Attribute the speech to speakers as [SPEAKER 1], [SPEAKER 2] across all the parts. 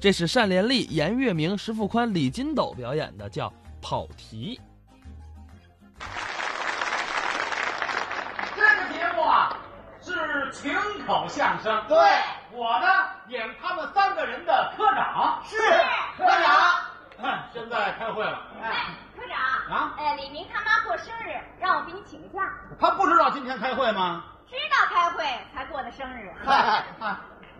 [SPEAKER 1] 这是单连立、严月明、石富宽、李金斗表演的，叫《跑题》。
[SPEAKER 2] 这个节目啊是情口相声，
[SPEAKER 3] 对
[SPEAKER 2] 我呢也是他们三个人的科长，
[SPEAKER 3] 是
[SPEAKER 2] 科
[SPEAKER 3] 科长。
[SPEAKER 2] 长。现在开会了，
[SPEAKER 4] 哎，科长
[SPEAKER 2] 啊
[SPEAKER 4] 呃，李明他妈过生日，让我给你请个假。
[SPEAKER 2] 他不知道今天开会吗？
[SPEAKER 4] 知道开会才过的生日，
[SPEAKER 2] 嗯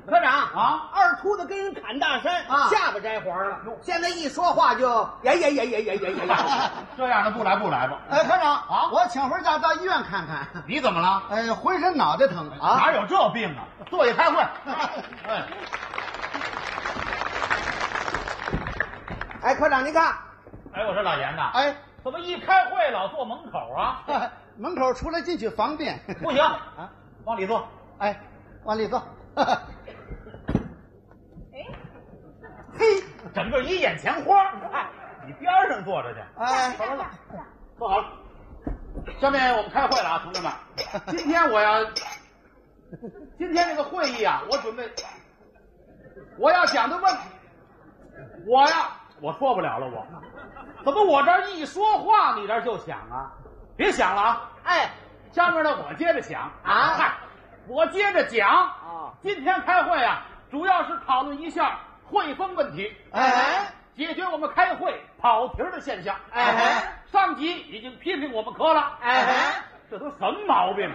[SPEAKER 3] 科长
[SPEAKER 2] 啊，
[SPEAKER 3] 二秃子跟人砍大山
[SPEAKER 2] 啊
[SPEAKER 3] 下巴摘黄了。现在一说话就呀呀呀呀呀呀呀呀！
[SPEAKER 2] 这样的不来不来吧？
[SPEAKER 5] 哎，科长
[SPEAKER 2] 啊
[SPEAKER 5] 我请回假到医院看 看。
[SPEAKER 2] 你怎么了？
[SPEAKER 5] 哎，浑身脑袋疼
[SPEAKER 2] 哪！有这病啊？坐下开会。哎，
[SPEAKER 5] 哎，科长您看，
[SPEAKER 2] 哎，我说老严呐，
[SPEAKER 5] 哎，
[SPEAKER 2] 怎么一开会老坐门口啊？
[SPEAKER 5] 门口出来进去方便。
[SPEAKER 2] 不行啊，往里坐。
[SPEAKER 5] 哎，往里坐。
[SPEAKER 4] 哎，
[SPEAKER 5] 嘿，
[SPEAKER 2] 整个一眼钱花。哎，你边上坐着去。
[SPEAKER 5] 哎，
[SPEAKER 4] 这样这样
[SPEAKER 2] 坐好了。下面我们开会了啊，同志们。今天我要，今天这个会议啊，我准备，我要讲的问，我呀，我说不了了，我怎么我这儿一说话，你这儿就想啊？别想了啊！
[SPEAKER 3] 哎，
[SPEAKER 2] 下面呢，我接着想
[SPEAKER 3] 啊
[SPEAKER 2] 嗨，我接着讲
[SPEAKER 3] 哦
[SPEAKER 2] 今天开会啊，主要是讨论一下汇丰问题。
[SPEAKER 5] 哎，
[SPEAKER 2] 解决我们开会跑题儿的现象。
[SPEAKER 3] 哎，
[SPEAKER 2] 上级已经批评我们科了。
[SPEAKER 3] 哎，
[SPEAKER 2] 这都什么毛病 啊？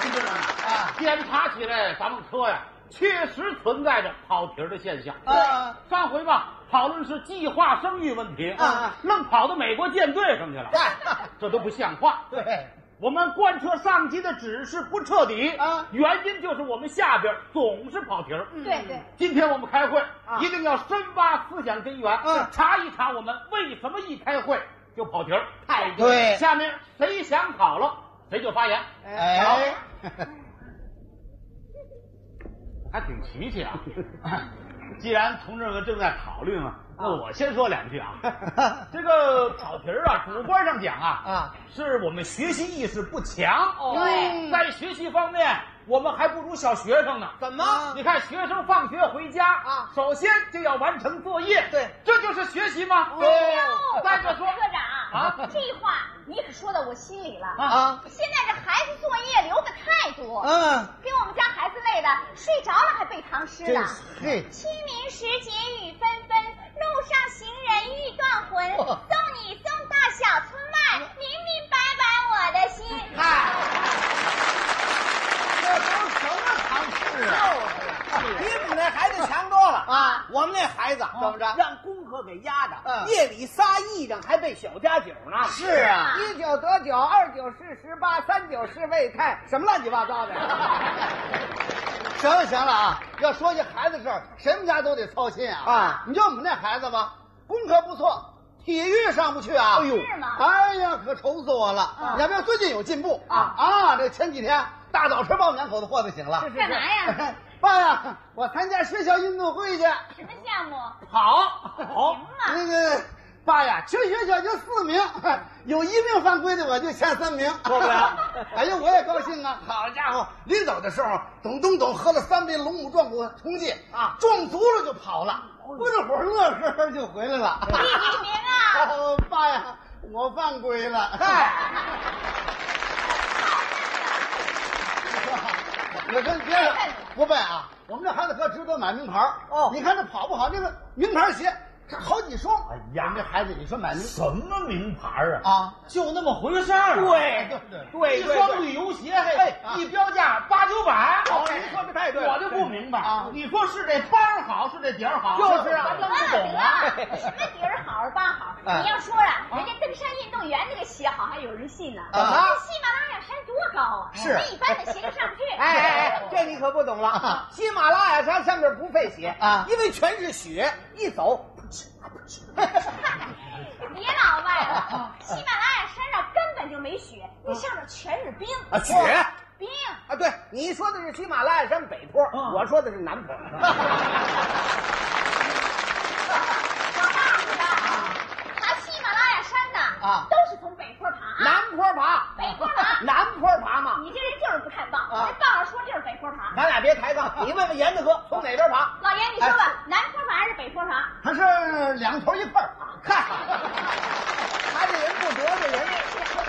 [SPEAKER 2] 同志们啊，检查起来，咱们科呀，确实存在着跑题儿的现象。
[SPEAKER 5] 啊
[SPEAKER 2] 上回吧，讨论是计划生育问题，
[SPEAKER 5] 啊
[SPEAKER 2] 愣跑到美国舰队上去了，这都不像话。
[SPEAKER 5] 对，
[SPEAKER 2] 我们贯彻上级的指示不彻底
[SPEAKER 5] 啊嗯
[SPEAKER 2] 原因就是我们下边总是跑题儿。
[SPEAKER 4] 对对，
[SPEAKER 2] 今天我们开会，
[SPEAKER 5] 啊
[SPEAKER 2] 一定要深挖思想根源，
[SPEAKER 5] 嗯
[SPEAKER 2] 查一查我们为什么一开会就跑题儿。
[SPEAKER 3] 太
[SPEAKER 5] 对
[SPEAKER 2] 下面谁想好了，谁就发言。
[SPEAKER 5] 哎，
[SPEAKER 2] 还挺齐齐啊！ 既然同志们正在讨论啊，那我先说两 句啊。这个跑题儿啊，主观上讲啊，
[SPEAKER 5] 啊，
[SPEAKER 2] 是我们学习意识不强。
[SPEAKER 3] 哦
[SPEAKER 4] 对
[SPEAKER 2] 在学习方面，我们还不如小学生呢。
[SPEAKER 3] 怎
[SPEAKER 5] 啊
[SPEAKER 3] 么？
[SPEAKER 2] 你看，学生放学回家
[SPEAKER 3] 啊
[SPEAKER 2] 首先就要完成作业，
[SPEAKER 3] 对，哦
[SPEAKER 2] 这就是学习吗？
[SPEAKER 4] 哟
[SPEAKER 2] 再者说
[SPEAKER 4] 哦科长
[SPEAKER 2] 啊
[SPEAKER 4] 这话你可说到我心里了。
[SPEAKER 5] 啊，
[SPEAKER 4] 现在这孩子作业留的太多，
[SPEAKER 5] 嗯，
[SPEAKER 4] 给我们家孩子累的，睡着了还背唐诗呢
[SPEAKER 5] 真。是嘿，
[SPEAKER 4] 清明时节雨纷纷，路上行人欲断魂。
[SPEAKER 5] 哦
[SPEAKER 4] 送你送到小村外，明明白白我的心。
[SPEAKER 5] 这都什么常识啊？
[SPEAKER 3] 比你们那孩子强多了
[SPEAKER 5] 啊！
[SPEAKER 3] 我们那孩子
[SPEAKER 5] 怎么着
[SPEAKER 3] 哦让功课给压的，
[SPEAKER 5] 嗯
[SPEAKER 3] 夜里仨癔症还背小家酒呢。
[SPEAKER 5] 是啊，
[SPEAKER 3] 一九得九，二九是十八，三九是未开，什么乱七八糟的？
[SPEAKER 5] 行了行了啊，要说起孩子事儿，谁们家都得操心啊。
[SPEAKER 3] 啊
[SPEAKER 5] 你就我们那孩子吧，功课不错，体育上不去啊。哎呦
[SPEAKER 4] 是吗
[SPEAKER 5] 哎呀，可愁死我
[SPEAKER 3] 啊
[SPEAKER 5] 了。要不然最近有进步啊啊！这前几天大早晨把我们两口子霍得醒了。
[SPEAKER 4] 干嘛 呀？
[SPEAKER 5] 爸呀，我参加学校运动会去。
[SPEAKER 4] 什么项目？
[SPEAKER 2] 好，好，
[SPEAKER 5] 那个爸呀，全学校就四名，有一名犯规的我就下三名，
[SPEAKER 2] 错不了
[SPEAKER 5] 哎呀，我也高兴啊！好家伙，临走的时候，董东董喝了三杯龙母壮骨冲剂
[SPEAKER 3] 啊
[SPEAKER 5] 壮足了就跑了，不一会儿乐呵呵就回来了。
[SPEAKER 4] 李明啊，
[SPEAKER 5] 哦 爸呀，我犯规了！我跟别人不笨啊，我们这孩子可值得买名牌儿
[SPEAKER 3] 哦
[SPEAKER 5] 你看这跑不好，这个名牌鞋这好几双。
[SPEAKER 2] 哎呀
[SPEAKER 5] 我们这孩子，你说买名
[SPEAKER 2] 什么名牌儿
[SPEAKER 3] 哎
[SPEAKER 2] 啊？
[SPEAKER 5] 啊？
[SPEAKER 2] 就那么回事儿啊
[SPEAKER 3] 对
[SPEAKER 5] 对对
[SPEAKER 3] 对
[SPEAKER 2] 一
[SPEAKER 3] 对
[SPEAKER 2] 双
[SPEAKER 3] 对
[SPEAKER 2] 旅游鞋，嘿
[SPEAKER 5] 啊，
[SPEAKER 2] 一标价八九百。
[SPEAKER 5] 哦您说的太对了
[SPEAKER 2] 我就不明白
[SPEAKER 5] 啊
[SPEAKER 2] 你说是这班儿好，是这点儿好？
[SPEAKER 5] 就是啊
[SPEAKER 2] 咱
[SPEAKER 4] 得
[SPEAKER 2] 不
[SPEAKER 4] 了
[SPEAKER 2] 懂
[SPEAKER 4] 得
[SPEAKER 2] 啊。
[SPEAKER 4] 了，什么底儿好是吧好？
[SPEAKER 5] 哎
[SPEAKER 4] 你要说啊，人家登山运动员那个鞋好，还有人信呢。
[SPEAKER 5] 啊
[SPEAKER 4] 这喜马拉雅山多高啊？
[SPEAKER 5] 是
[SPEAKER 4] 那一般的鞋就上不去。
[SPEAKER 3] 哎哎哎，这你可不懂了。
[SPEAKER 5] 啊
[SPEAKER 3] 喜马拉雅山上面不费鞋
[SPEAKER 5] 啊
[SPEAKER 3] 因为全是雪，一走，
[SPEAKER 4] 别老外了，喜马拉雅山上根本就没雪，那上面全是冰
[SPEAKER 3] 啊雪
[SPEAKER 4] 冰。
[SPEAKER 3] 啊！对，你说的是喜马拉雅山北坡，
[SPEAKER 5] 啊
[SPEAKER 2] 嗯
[SPEAKER 3] 我说的是南坡。
[SPEAKER 2] 啊
[SPEAKER 4] 我告诉你啊，爬喜马拉雅山的
[SPEAKER 5] 啊
[SPEAKER 4] 都是从北坡爬啊。
[SPEAKER 3] 南坡爬，
[SPEAKER 4] 北坡爬
[SPEAKER 3] 南坡爬嘛。
[SPEAKER 4] 你这人就是不看报，
[SPEAKER 3] 啊
[SPEAKER 4] 人报上说这是北坡坡爬？
[SPEAKER 3] 咱俩别抬杠，你问问严大哥从哪边爬？
[SPEAKER 4] 老爷，你说吧，南坡爬还是北坡爬？
[SPEAKER 5] 还是两头一块儿爬。
[SPEAKER 3] 啊嗨，他这人不得罪人，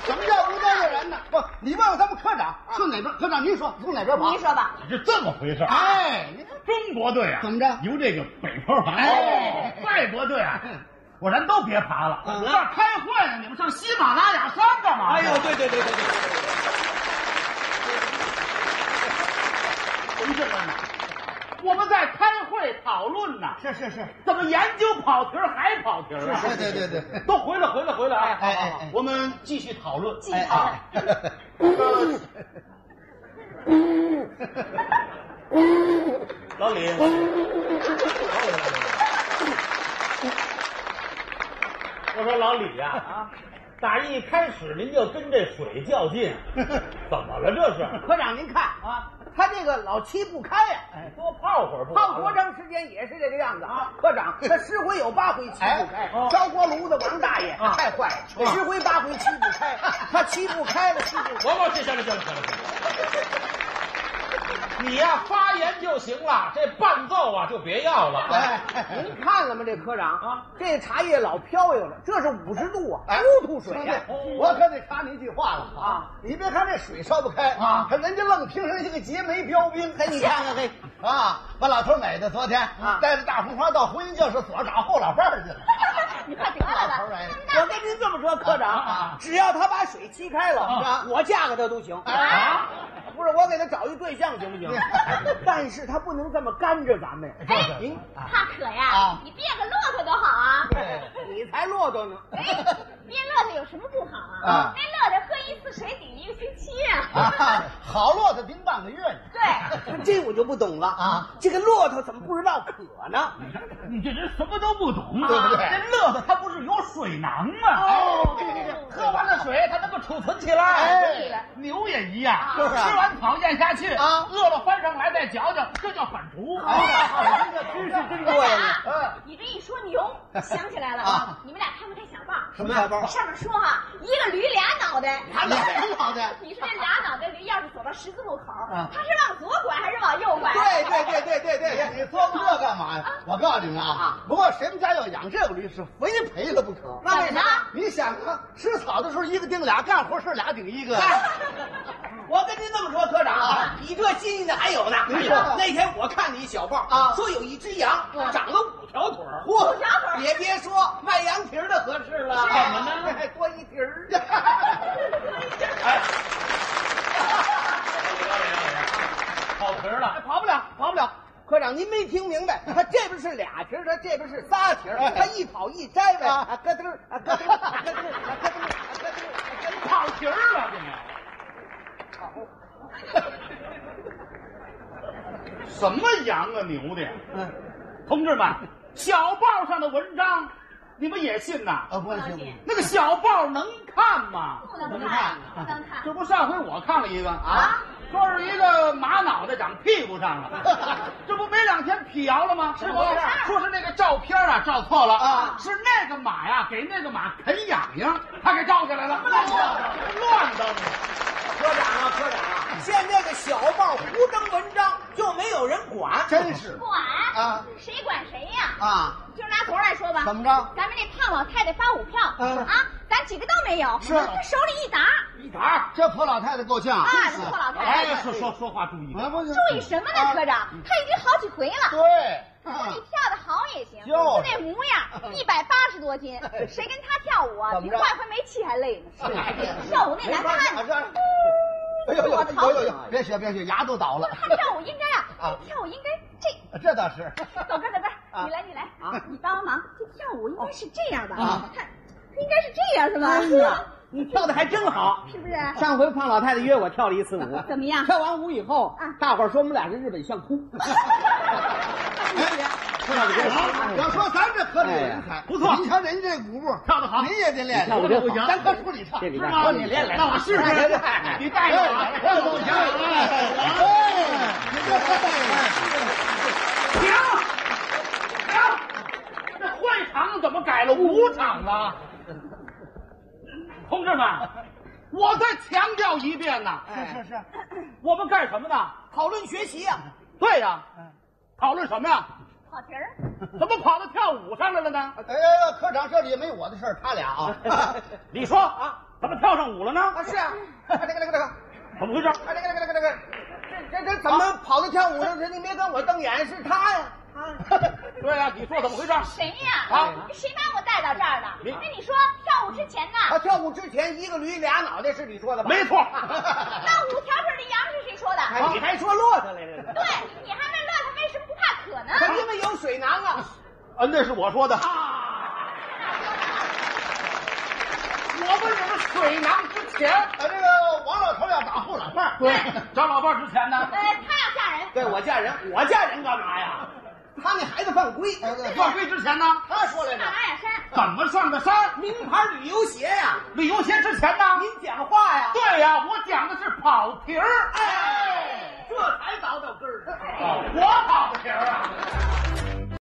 [SPEAKER 5] 什么叫不得罪人呢？不，你问问咱们科
[SPEAKER 3] 啊
[SPEAKER 5] 长从哪边？科长您说从哪边爬？
[SPEAKER 4] 您说吧，
[SPEAKER 2] 是这么回事儿。
[SPEAKER 5] 哎，您看
[SPEAKER 2] 中国队啊，
[SPEAKER 5] 怎么着
[SPEAKER 2] 由这个北坡爬，
[SPEAKER 5] 哎
[SPEAKER 2] 外国队啊，我说咱都别爬了，啊
[SPEAKER 5] 怎么
[SPEAKER 2] 这
[SPEAKER 5] 了
[SPEAKER 2] 儿开会呢，你们上喜马拉雅山干嘛？
[SPEAKER 3] 啊哎呦，，对对对对对，
[SPEAKER 2] 同志们呐，我们在开会讨论呢，
[SPEAKER 5] 是是是，
[SPEAKER 2] 怎么研究跑题儿还跑题儿啊？
[SPEAKER 5] 是是对对对对
[SPEAKER 2] 都回来回来回来啊！
[SPEAKER 5] 哎哎哎
[SPEAKER 2] 我们继续讨论。
[SPEAKER 4] 继
[SPEAKER 5] 哎
[SPEAKER 4] 续讨论。
[SPEAKER 5] 哎，
[SPEAKER 2] 老 李，我说老李呀、啊，打一开始您就跟这水较 劲，怎么了这是？
[SPEAKER 3] 科长您看啊，他这个老七不开呀、
[SPEAKER 5] 哎
[SPEAKER 2] 多泡会儿不？
[SPEAKER 3] 泡多？长时间也是这个样子哎啊！哎哦科长，他十回有八回七不开，烧锅炉的王大爷
[SPEAKER 2] 啊
[SPEAKER 3] 太坏了，十回八回七不 开，他七不开了，七不
[SPEAKER 2] 我我这行了行了行了你呀、发言就行了，这伴奏啊就别要了。嗯
[SPEAKER 5] 哎
[SPEAKER 3] 您看了吗？这科长
[SPEAKER 2] 啊，
[SPEAKER 3] 这茶叶老飘悠了，这是五十度啊，
[SPEAKER 5] 哎
[SPEAKER 3] 不吐水
[SPEAKER 5] 兄弟
[SPEAKER 3] 呀！，
[SPEAKER 5] 我可得插您一句话了
[SPEAKER 3] 哦啊！
[SPEAKER 5] 你别看这水烧不开
[SPEAKER 3] 啊
[SPEAKER 5] 可人家愣听人家个结眉标兵，嘿，你
[SPEAKER 3] 看看嘿，
[SPEAKER 5] 啊，把老头美的昨天
[SPEAKER 3] 啊
[SPEAKER 5] 带着大红花到婚姻教室所找后老伴儿去了。
[SPEAKER 4] 你快得了吧，
[SPEAKER 3] 我跟您这么说，科
[SPEAKER 5] 啊啊
[SPEAKER 3] 长，只要他把水沏开
[SPEAKER 5] 啊
[SPEAKER 3] 了，我嫁给他都行。
[SPEAKER 5] 啊，
[SPEAKER 3] 不是，我给他找一对象行 不行
[SPEAKER 5] 对？
[SPEAKER 3] 但是他不能这么干着咱们呀。
[SPEAKER 4] 哎
[SPEAKER 3] 您
[SPEAKER 4] 怕渴
[SPEAKER 5] 啊
[SPEAKER 4] 呀？你变个骆驼多好 啊！
[SPEAKER 3] 你才骆驼呢。
[SPEAKER 4] 哎，变骆驼有什么不好
[SPEAKER 5] 啊
[SPEAKER 4] 啊？那骆驼喝一次水顶一个星期
[SPEAKER 5] 啊
[SPEAKER 4] 啊！，
[SPEAKER 5] 好骆驼顶半个月呢。
[SPEAKER 4] 对。
[SPEAKER 3] 这我就不懂了
[SPEAKER 5] 啊！
[SPEAKER 3] 这个骆驼怎么不知道渴呢？
[SPEAKER 2] 你这人什么都不懂啊！
[SPEAKER 5] 对不对
[SPEAKER 2] 这乐子它不是有水囊吗？
[SPEAKER 5] 哦对对对
[SPEAKER 2] 喝完了水它能够储存起来。
[SPEAKER 5] 哎
[SPEAKER 2] 牛也一样，
[SPEAKER 5] 就是啊
[SPEAKER 2] 吃完草咽下去
[SPEAKER 5] 啊
[SPEAKER 2] 饿了翻上来再嚼嚼，这叫反刍。
[SPEAKER 5] 哎
[SPEAKER 2] 这
[SPEAKER 5] 知识真
[SPEAKER 4] 对
[SPEAKER 5] 多呀！
[SPEAKER 4] 呀，
[SPEAKER 5] 嗯
[SPEAKER 4] 啊你这一说牛，想起来了
[SPEAKER 5] 啊
[SPEAKER 4] 啊！你们俩看没看小报？
[SPEAKER 5] 什么小报
[SPEAKER 4] 上面说哈，一个驴俩脑袋，
[SPEAKER 5] 俩脑袋
[SPEAKER 4] 你说这俩脑袋驴要是走到十字路口，
[SPEAKER 5] 嗯
[SPEAKER 4] 它是往左拐还是往右拐？
[SPEAKER 5] 对对对对对
[SPEAKER 3] 哎
[SPEAKER 5] 对，你琢磨这干嘛呀？我告诉你们啊，不过谁们家要养这个驴是非赔了不可。
[SPEAKER 4] 那为啥
[SPEAKER 5] 你想啊，吃草的时候一个顶俩，干活事俩顶一个。
[SPEAKER 3] 我跟您这么说，科长
[SPEAKER 5] 啊
[SPEAKER 3] 啊，比这新鲜的还有呢。
[SPEAKER 5] 您说吧
[SPEAKER 3] 那天我看了一小报
[SPEAKER 5] 啊
[SPEAKER 3] 说有一只羊长了五条腿儿，
[SPEAKER 5] 嚯
[SPEAKER 4] 五条腿儿
[SPEAKER 3] 也别说卖羊蹄儿的合适了，
[SPEAKER 5] 怎么呢
[SPEAKER 3] 哎多一蹄 儿。
[SPEAKER 2] 哎 跑题
[SPEAKER 3] 哎
[SPEAKER 2] 了。
[SPEAKER 3] 跑不了，跑不了。科长，您没听明白，他这边是俩蹄儿，他这边是仨蹄儿
[SPEAKER 5] 哎，
[SPEAKER 3] 他一跑一摘呗，
[SPEAKER 5] 啊
[SPEAKER 3] 啊咯噔儿，啊咯噔儿，啊咯噔儿，啊咯噔儿，啊咯噔儿。
[SPEAKER 2] 跑题儿了，这个。 什么羊啊牛的呀？
[SPEAKER 3] 嗯
[SPEAKER 2] 同志们，小报上的文章你们也信呐？
[SPEAKER 5] 啊，不
[SPEAKER 4] 不
[SPEAKER 5] 行
[SPEAKER 4] 行，
[SPEAKER 2] 那个小报能看吗？
[SPEAKER 4] 不能看，不能看。
[SPEAKER 2] 这不上回我看了一个
[SPEAKER 4] 啊，
[SPEAKER 2] 说是一个马脑袋长屁股上了， 这不没两天辟谣了吗？是不
[SPEAKER 4] 么回事？
[SPEAKER 2] 说是那个照片啊照错了
[SPEAKER 5] 啊
[SPEAKER 2] 是那个马呀给那个马啃痒痒，他给照下来了，乱乱的。
[SPEAKER 3] 科长啊，科长啊，现在这小报胡登文章就没有人管，
[SPEAKER 5] 真是
[SPEAKER 4] 管
[SPEAKER 5] 啊，
[SPEAKER 4] 谁管谁呀？
[SPEAKER 5] 啊！
[SPEAKER 4] 就拿昨儿来说吧，
[SPEAKER 5] 怎么着？
[SPEAKER 4] 咱们这胖老太太发五票
[SPEAKER 5] 嗯
[SPEAKER 4] 啊，咱几个都没有，
[SPEAKER 5] 是
[SPEAKER 4] 她手里一沓，
[SPEAKER 2] 一沓
[SPEAKER 5] 这破老太太够呛，
[SPEAKER 4] 啊，
[SPEAKER 5] 真
[SPEAKER 4] 这
[SPEAKER 5] 是。
[SPEAKER 4] 破老
[SPEAKER 2] 哎
[SPEAKER 4] 太，太，
[SPEAKER 2] 说说说话注意。
[SPEAKER 5] 啊，不行，
[SPEAKER 4] 注意什么呢？科长，她已经好几回了。
[SPEAKER 5] 对，
[SPEAKER 4] 说
[SPEAKER 5] 啊
[SPEAKER 4] 你跳的好也行，
[SPEAKER 5] 就是哎
[SPEAKER 4] 就那模样，一百八十多斤，谁跟他跳舞啊？
[SPEAKER 5] 怎么
[SPEAKER 4] 比
[SPEAKER 5] 着哎
[SPEAKER 4] 坏回煤气还累呢
[SPEAKER 5] 是是。
[SPEAKER 4] 跳舞那难看呢，
[SPEAKER 5] 啊这哎呦呦呦呦呦！别学别学，牙都倒了。
[SPEAKER 4] 他跳舞应该啊，
[SPEAKER 5] 啊
[SPEAKER 4] 这跳舞应该这。
[SPEAKER 5] 这倒是。
[SPEAKER 4] 走哥，走哥，
[SPEAKER 5] 啊
[SPEAKER 4] 你来，你来
[SPEAKER 5] 啊哦
[SPEAKER 4] 你帮帮忙。这跳舞应该是这样吧？
[SPEAKER 5] 啊
[SPEAKER 4] 看，应该是这样是吧？
[SPEAKER 3] 哎呀，你跳的还真好。
[SPEAKER 4] 是不是？
[SPEAKER 3] 上回胖老太太约我跳了一次舞，
[SPEAKER 4] 怎么样
[SPEAKER 3] 跳完舞以后
[SPEAKER 4] 啊，
[SPEAKER 3] 大伙儿说我们俩是日本相扑。
[SPEAKER 5] 科长，你别说，要说咱这科里有人才，
[SPEAKER 2] 不错
[SPEAKER 5] 您瞧人这鼓步
[SPEAKER 2] 跳得好
[SPEAKER 5] 您也得练。
[SPEAKER 3] 跳得真好
[SPEAKER 5] 咱科处里唱。
[SPEAKER 3] 这礼
[SPEAKER 2] 是
[SPEAKER 3] 拜
[SPEAKER 2] 吗？
[SPEAKER 3] 你练练，
[SPEAKER 2] 那我试试。你带着我，
[SPEAKER 5] 哎不行哎你这
[SPEAKER 2] 停停！这会场怎么改了舞场了？同志们，我再强调一遍呐，
[SPEAKER 5] 是是是，
[SPEAKER 2] 我们干什么呢？
[SPEAKER 3] 讨论学习呀、
[SPEAKER 2] 对呀、
[SPEAKER 5] 嗯
[SPEAKER 2] 讨论什么呀？
[SPEAKER 4] 跑题儿。
[SPEAKER 2] 怎么跑到跳舞上来了呢？
[SPEAKER 5] 哎呀，科长，这里也没我的事儿，他俩 啊。
[SPEAKER 2] 你说啊，怎么跳上舞了呢？
[SPEAKER 5] 啊，是啊，这个这个这个，
[SPEAKER 2] 怎么回事？
[SPEAKER 5] 哎，这个这个这个这个，这这这怎么跑到跳舞上去？你别跟我瞪眼，是他呀。
[SPEAKER 2] 对呀、你说怎么回事？
[SPEAKER 4] 谁呀？
[SPEAKER 2] 啊
[SPEAKER 4] 谁把我带到这儿的？
[SPEAKER 2] 你
[SPEAKER 4] 跟你说，跳舞之前呢，
[SPEAKER 5] 他跳舞之前一个驴俩脑袋，是你说的吧？
[SPEAKER 2] 没错。
[SPEAKER 4] 那五条腿的羊是谁说的？
[SPEAKER 3] 哎，你还说骆驼来
[SPEAKER 5] 啊
[SPEAKER 3] 着？
[SPEAKER 4] 对，你还问乐他为什么不怕渴呢？
[SPEAKER 3] 他因为有水囊啊。
[SPEAKER 2] 啊，那是我说的。我问你们水囊之前，
[SPEAKER 5] 啊，这个王老头要打后老伴儿。哎
[SPEAKER 2] 找老伴儿之前呢，
[SPEAKER 4] 呃，他要嫁人，
[SPEAKER 3] 对哎我嫁人，
[SPEAKER 2] 我嫁人干嘛呀？
[SPEAKER 3] 他那孩子犯规，
[SPEAKER 5] 哎对
[SPEAKER 2] 犯规之前呢，
[SPEAKER 3] 他说来
[SPEAKER 4] 喜
[SPEAKER 3] 着
[SPEAKER 4] 马，拉雅山，
[SPEAKER 2] 怎么上的山？
[SPEAKER 3] 名牌旅游鞋呀、
[SPEAKER 2] 旅游鞋之前呢？
[SPEAKER 3] 您讲话呀，
[SPEAKER 2] 对呀、我讲的是跑题儿。哦
[SPEAKER 3] 哎，这才倒到根儿。
[SPEAKER 2] 啊